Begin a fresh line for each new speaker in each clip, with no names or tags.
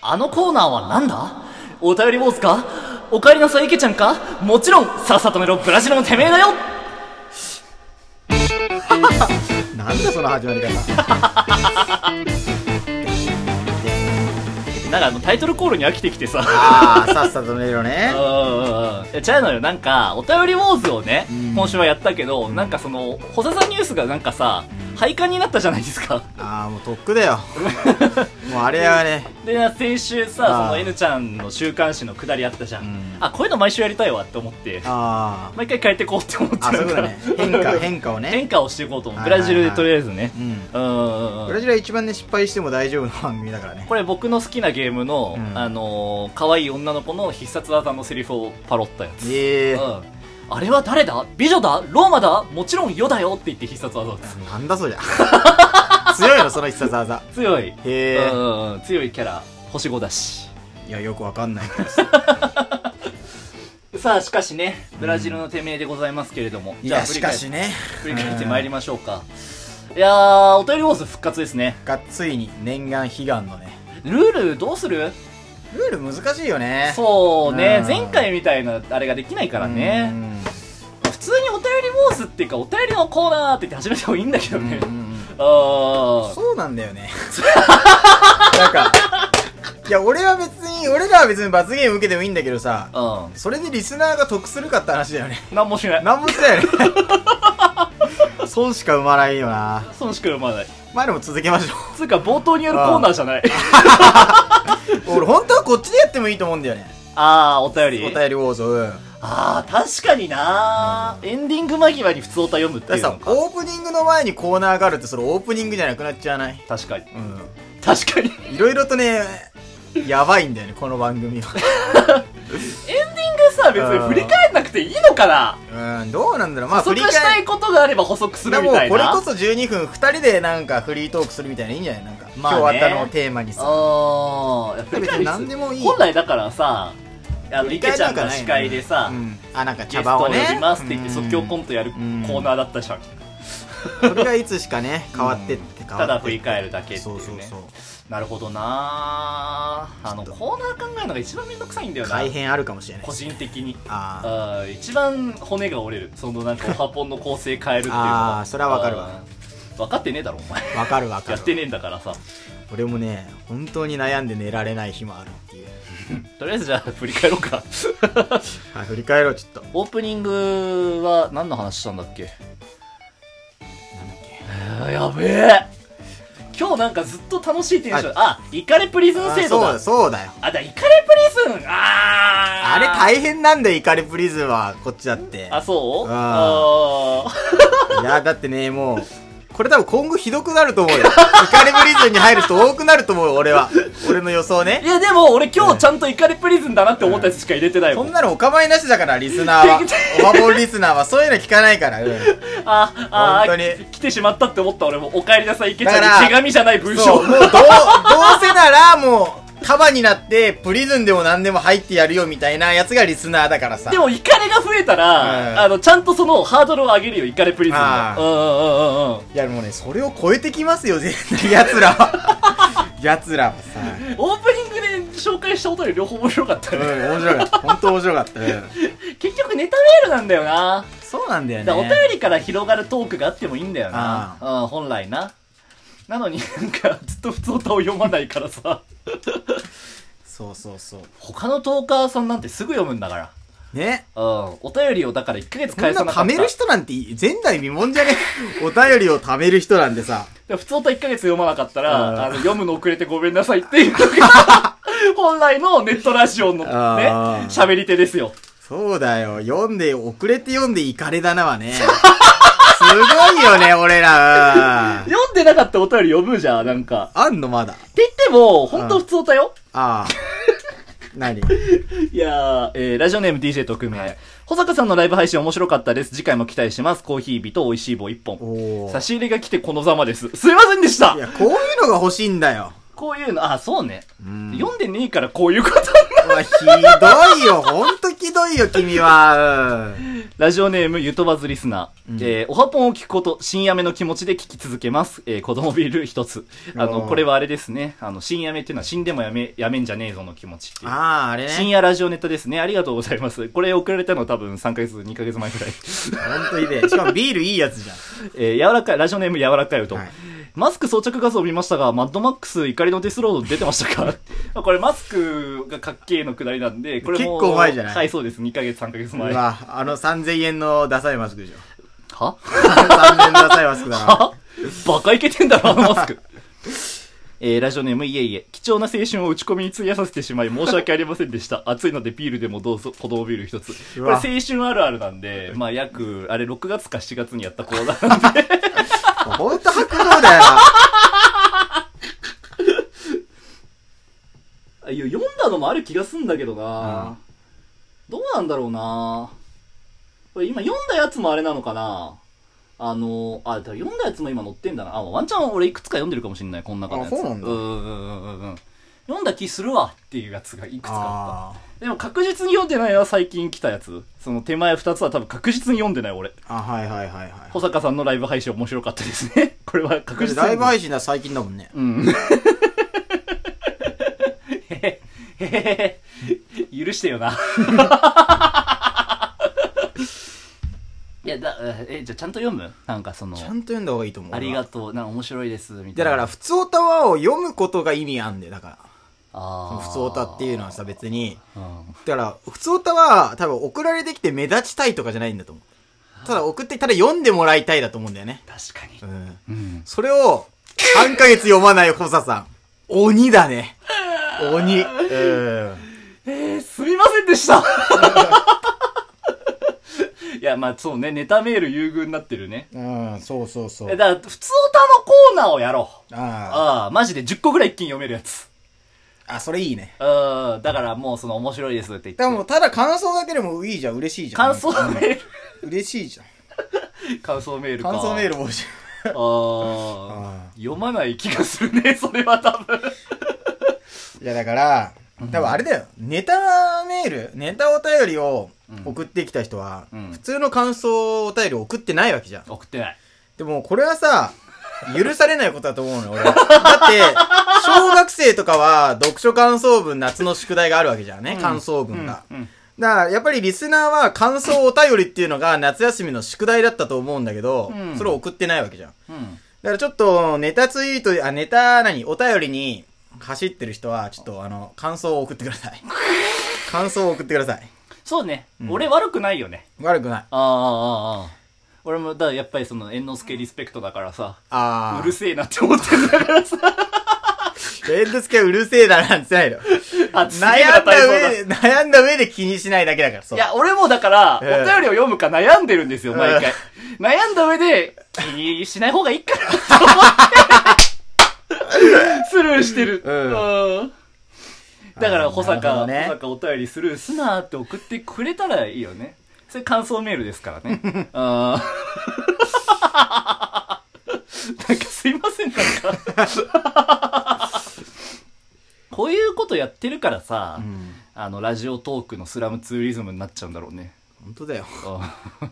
あのコーナーはなんだお便り坊主かお帰りなさい、池ちゃんかもちろん、さっさとめろ、ブラジルのてめえだよ
なんだその始まり方。
なんかあの、タイトルコールに飽きてきてさ。
ああ、さっさと寝るよね
うん。うんうんいや違うのよ、なんか、お便りウォーズをね、
うん
今週はやったけど、なんかその、補佐さんニュースがなんかさ、廃刊になったじゃないですか。
ああ、もうとっく だよ。もうあれはね、
で、先週さ、
あー
その N ちゃんの週刊誌のくだりあったじゃん。
うん
あ、こういうの毎週やりたいわって思って、
あ
毎回変えてこうって思って
あ、あ、そういうことね。変化、変化をね。
変化をしていこうと思う。
は
ブ
いはい
ラ
はい
ジルでとりあえずね。
うん。
うんうん
ブ
う
ラ
ん。
ジルは一番ね、失敗しても大丈夫な番組だからね。
これ僕の好きなゲームの、
うん
あのー、可愛い女の子の必殺技のセリフをパロったやつ。
ええ
うん、あれは誰だ美女だローマだもちろん世だよって言って必殺技です
なんだそりゃ。 強いの、その必殺技。
強い、
へえ
うんうん強いキャラ星5だし
いや、よくわかんないけど。
さあしかしねブラジルのてめえでございますけれども、
い
じゃあ
や、
振
し
り返
か
っ
しね。
振 り返ってまいりましょうか、いやーお便りボース復活ですね
がついに念願悲願のね。
ルールどうする
ルール難しいよね。
そうね、
うん
前回みたいなあれができないから
う
ね、
ん。
普通にお便りボースっていうかお便りのコーナーって言って始めてもいいんだけどね、
うんうんうん
ああ
そうなんだよね。なんか、いや、俺は別に、俺らは別に罰ゲーム受けてもいいんだけどさ、
うん
それでリスナーが得するかって話だよね。
何もしない
なんもしてないよね。損しか生まないよな。
損しか生まない
まあでも続けましょ
つうか冒頭にやるコーナーじゃない
う。俺本当はこっちでやってもいいと思うんだよね。
ああお便
お
り
便りウォーズうん。だ
ああ確かになエンディング間際に普通歌読むって
って
いうの
さ、
か
オープニングの前にコーナーがあるってそれオープニングじゃなくなっちゃわない
確かに
う
確かにエン
ん。いろいろとね、やばいんだよね、この番組は。
ディングさ別に振り返んなくていいのかな
うん、どうなんだろう。まあ、
補足したいことがあれば補足す
で
るみ
も
たいな
これこそ12分2人でなんかフリートークするみたいないいんじゃないなんか、
まあね
今日あったのをテーマにさ
ああやっぱり
別に何でもいい
本来だからさあの池ちゃんが司会でさ、
うん、あなんか
ゲ
茶
スト
番
を
を
呼
ね
びますって言って即興コ
ン
ントやるコーナーだったじゃん
それがいつしかね変わってって変わ
ただ
って
振り返るだけっていう
そう
ね
そうそう
なるほどなあのコーナー考えるのが一番めんどくさいんだよな
改変あるかもしれない
個人的に
あ
あー一番骨が折れるそのなんかオハポンの構成変えるっていうのは
あーそれはわかる
あ
わ
ー分かってねえだろお前
あわかるわか
や
る
ってねえんだからさ
俺もね本当に悩んで寝られない日もあるっていう
とりあえず じゃあ振り返ろうか
はい振り返ろうちょっと
オープニングは何の話したんだっけえーやべえ今日なんかずっと楽しいテンションあイカレプリズン制度
そう
だ
だそうだよ
あだイカレプリズンあー
あれ大変なんだよ怒りプリズンはこっちだって
あそう
あ
あー
いや、だってね、もう、これ多分今後ひどくなると思うよ。イカレブリズンに入る人多くなると思うよ、俺は。俺の予想
い
ね。
やでも俺今日ちゃんとイカレプリズンだなって思ったやつしか入れてないも
そ
ん、
んなのお構いなしだから、リスナーは。おまぼんリスナーは、そういうの聞かないから。うん、
ああ
本当に
来てしまったって思った俺もお帰りなさい池ち
だ
ゃ
か
ん
ら
に手紙じゃない文章
そう、もうどう、どうせなら、もう、束になって、プリズンでも何でも入ってやるよみたいなやつがリスナーだからさ。
でもイカレが増えた
う
ら、
ん
あのちゃんとそのハードルを上げるよイカレプリズムが
あ
うんうんうんうんうん
いや、もうね、それを超えてきますよ、絶対、奴らは。奴らはさ。
オープニングで紹介したことより両方面白かった
うん、
ね、
面白かった。本当面白かった。うん
結局ネタメールなんだよな
そうなんだよね。
だからお便りから広がるトークがあってもいいんだよな、うん、本来ななのになんかずっと普通歌を読まないからさ
そうそうそう。
他のトーカーさんなんてすぐ読むんだから
ね。
うん、お便りをだから1ヶ月
こん
返
な
さなかった
貯める人なんてい前代未聞じ ゃねお便りを貯める人なんでさ。
で普通と1ヶ月読まなかった
うん
ら、あの、読むの遅れてごめんなさいっていうの が、本来のネットラジオのね
あー、
喋り手ですよ。
そうだよ。読んで、遅れて読んでイカレだな はね。すごいよね、俺ら。うん
読んでなかったお便り読むじゃん、なんか。
あんのまだ。
って言っても、ほんと普通だよ。
ああ。
い
何
やー、えー、ラジオネーム DJ 特命。保坂さんのライブ配信面白かったです。次回も期待してます。コーヒー日と美味しい棒1本。
お
差
ー
し入れが来てこのざまです。すいませんでした
いや、こういうのが欲しいんだよ。
こういうの、あ、そうね。
うん。
読んでねえ からこういうことになる
うわひどいよ。ほんとひどいよ、君は。うん
ラジオネームゆとばずリスナー、えーおはぽんを聞くこと深夜目の気持ちで聞き続けます、えー、子供ビール一つあの
おー
これはあれですねあの深夜目っていうのは死んでもやめやめんじゃねえぞの気持ちっていう
ああ、あれ
深
ね。
夜ラジオネタですねありがとうございますこれ送られたの多分3ヶ月2ヶ月前くらい
本当にね。しかもビールいいやつじゃん。
えー柔らかい、ラジオネーム柔らかいと、
はい
マスク装着画像を見ましたが、マッドマックス怒りのデスロード出てましたか これマスクがかっけーのくだりなんで、これも
結構前じゃない
はい、そうです。2ヶ月、3ヶ月
う
前。は
わ、あの3000円のダサいマスクで しょ。
は
3000円のダサいマスクだな。
バカイケてんだろ、あのマスク。 えー、ラジオネームいえいえ、貴重な青春を打ち込みに費やさせてしまい申し訳ありませんでした。暑いのでビールでもどうぞ、子供ビール一つ。
う
これ
わ
青春あるあるなんで、まあ約、あれ6月か7月にやったコーナーなんで、
ほんと白状だよな。
あいや読んだのもある気がすんだけどな、どうなんだろうなこれ今読んだやつもあれなのかなあのあだから読んだやつも今載ってんだなあワンチャン俺いくつか読んでるかもしんないこん中のやつ
あそうなんだ
うんうんうんうんうん読んだ気するわっていうやつがいくつかあっ
あ
たでも確実に読んでないのは最近来たやつその手前2つは多分確実に読んでない俺
ーあ、はいはいはいはい。
保坂さんのライブ配信面白かったですね これは確実に
ライブ配信だ最近だもんね。
うん。へへへへ。 許してよな。 いや、だ、え、じゃあちゃんと読むなんかその
ち、ゃんと読んだ方がいいと思う。
ありが
と
とう、なんか面白いです、みた
だ
いな。
から、普通歌はを読むことが意味あんで、だから。
あー
普通歌っていうのはさ、別に。
うん
だから、普通歌は、多分送られてきて目立ちたいとかじゃないんだと思う。ただ送って、ただ読んでもらいたいだと思うんだよね。
確かに
う。ん。
うん。
それを、3ヶ月読まない補佐さん。鬼だね。 鬼。うん。
えー、すみませんでした いや、まあそうね、ネタメール優遇になってるね。
うん、そうそうそ
え、。だから、普通歌のコーナーをやろう。
あ
ああ、マジで10個ぐらい一気に読めるやつ。
あ、それいいね。
うん、だからもうその面白いですって言って。
でも、ただ感想だけでもいいじゃん、嬉しいじゃん。
感想
うん
メー
嬉しいじゃん。
ル。 感想メールか。
感想メール募集。
ああ。読まない気がするね、 それは多分。
いや、だから、多分あれだよ。ネタメール、ネタお便りを送ってきた人は、
うん
普通の感想お便りを送ってないわけじゃん。
送ってない。
でも、これはさ、許されないことだと思うのよ、俺は。だって、小学生とかは、読書感想文、夏の宿題があるわけじゃんね、感想文が。
うん。
だから、やっぱりリスナーは感想お便りっていうのが夏休みの宿題だったと思うんだけど、
うん
それを送ってないわけじゃん。
うん。
だからちょっと、ネタツイート、あ、ネタ何、お便りに走ってる人は、ちょっとあの、感想を送ってくださ い。感想を送ってください。
そうね。俺悪くないよね。
悪くない。
ああ、ああ、ああ。俺も、だからやっぱりその、猿之助リスペクトだからさ。
あ
う
ー
る。せえなって思ってんだからさ。
エンドスケはうるせえだなんてな いの。
あすげえ
悩
体操
んだ
だ
上で、悩んだ上で気にしないだけだから、そう。
いや、俺もだから、お
ええ
便りを読むか悩んでるんですよ、毎回。 悩んだ上で、気にしない方がいいかなと思 って、スルーしてる。
うん
うんだから、
あー
保
なるほ
坂、
どね
保坂お便りスルーすなーって送ってくれたらいいよね。それ感想メールですからね。 あーなんかすいません、なんか。 こういうことやってるからさ、
うん。
あの、ラジオトークのスラムツーリズムになっちゃうんだろうね。
本当だよ。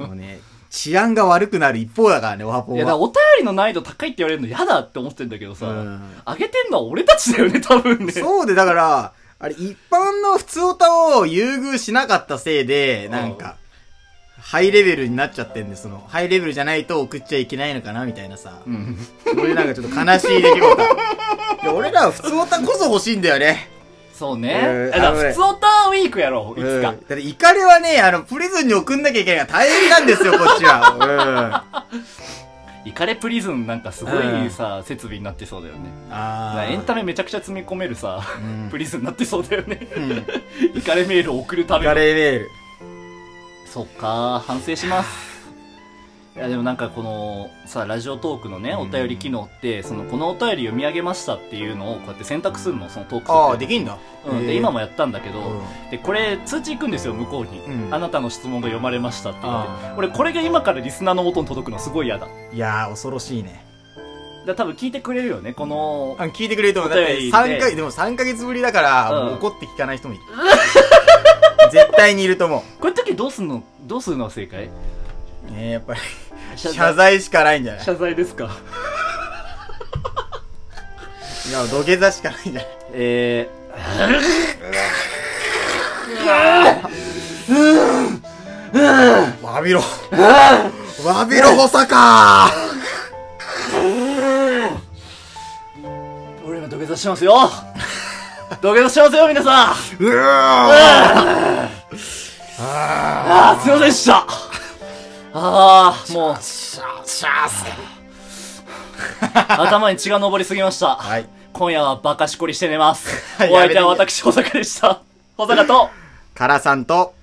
い
もうね、治安が悪くなる一方だからね、オハポン
や、だから
は。
お便りの難易度高いって言われるの嫌だって思ってんだけどさ、
うん
上げてんのは俺たちだよね、多分ね。
そうで、だから、あれ、一般の普通歌を優遇しなかったせいで、なんか、ハイレベルになっちゃってんで、その、ハイレベルじゃないと送っちゃいけないのかな、みたいなさ。
うん。
そういうなんかちょっと悲しい出来事。いや俺らは普通歌こそ欲しいんだよね。
そうね。
えー
だから
あのね
普通オタウィークやろう、いつ
う
か
ん。だって、怒りはね、あの、プリズンに送んなきゃいけないから大変なんですよ、こっちは。うん。
イカレプリズンなんかすご
う
い
ん
さ、設備になってそうだよね。だから
あ
エンタメめちゃくちゃ詰め込めるさ、
うん
プリズンになってそうだよね。
うん。
イカレメールを送るための
ガレーメール。
そっか反省しますいやでもなんかこのさラジオトークのね
うん
お便り機能って、そのこのお便り読み上げましたっていうのをこうやって選択するのそのトーク
ああ、
で
できんだ。
うん、
へ
で
え
今もやったんだけど、
う
でこれ通知行くんですよ向こうに、
うん
あなたの質問が読まれましたって言って
あ
俺これが今からリスナーの元に届くのすごい嫌だだか
いやー、恐ろしいね。
ら多分聞いてくれるよねこの
あ聞いてくれると思う。だっ
お便
て
りで
3回、でも3ヶ月ぶりだから、
うん
もう怒って聞かない人もいる。絶対にいると思
こういう時どうすんのどうするのが正解
ねえやっぱり、
謝
謝罪しかないんじゃない
謝罪ですか
いや、土下座しかないんじゃない
え
わ びろ。わびろ補佐か
ー、俺今土下座しますよ土下座しますよ皆さん
うわ
ああすいませんでしたああもう
シャーシャース
頭に血が上りすぎました、
はい。
今夜はバカしこりして寝ますお
は
相手
い
は
やめて
私保坂でした保坂と
カラさんと、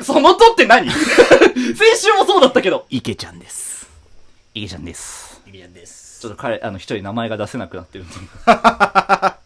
そのとって何 先週もそうだったけど。池ちゃんです。池ちゃんです。
ゆりやんです。
ちょっと彼、あの、一人名前が出せなくなってるんで。
カ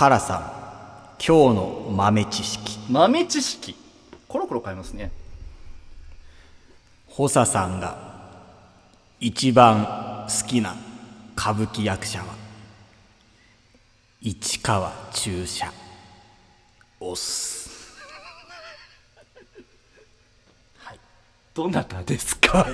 ラさん、今日の豆知識。
豆知識。コロコロ変えますね。
補佐さんが、一番好きな歌舞伎役者は、市川中車。おっす。
どなたですか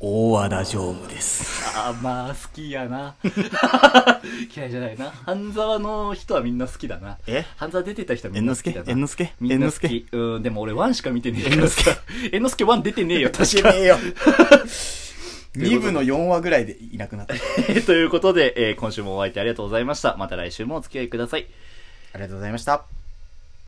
大和田常務です。
あー、まあ、好きやな。 嫌いじゃないな。半沢の人はみんな好きだな。
え
半沢出てた人はみ
猿
んな
之
好きだ
助
な。
猿之助
みん
猿
な
之
好
助
き。うん、でも俺1しか見てねえからさ。 猿之助1出て ねえよ、確か。
よ。2部の4話ぐらいでいなくなった。あ
ということで、えー今週もお相手ありがとうございました。また来週もお付き合いください。
りがとうございました。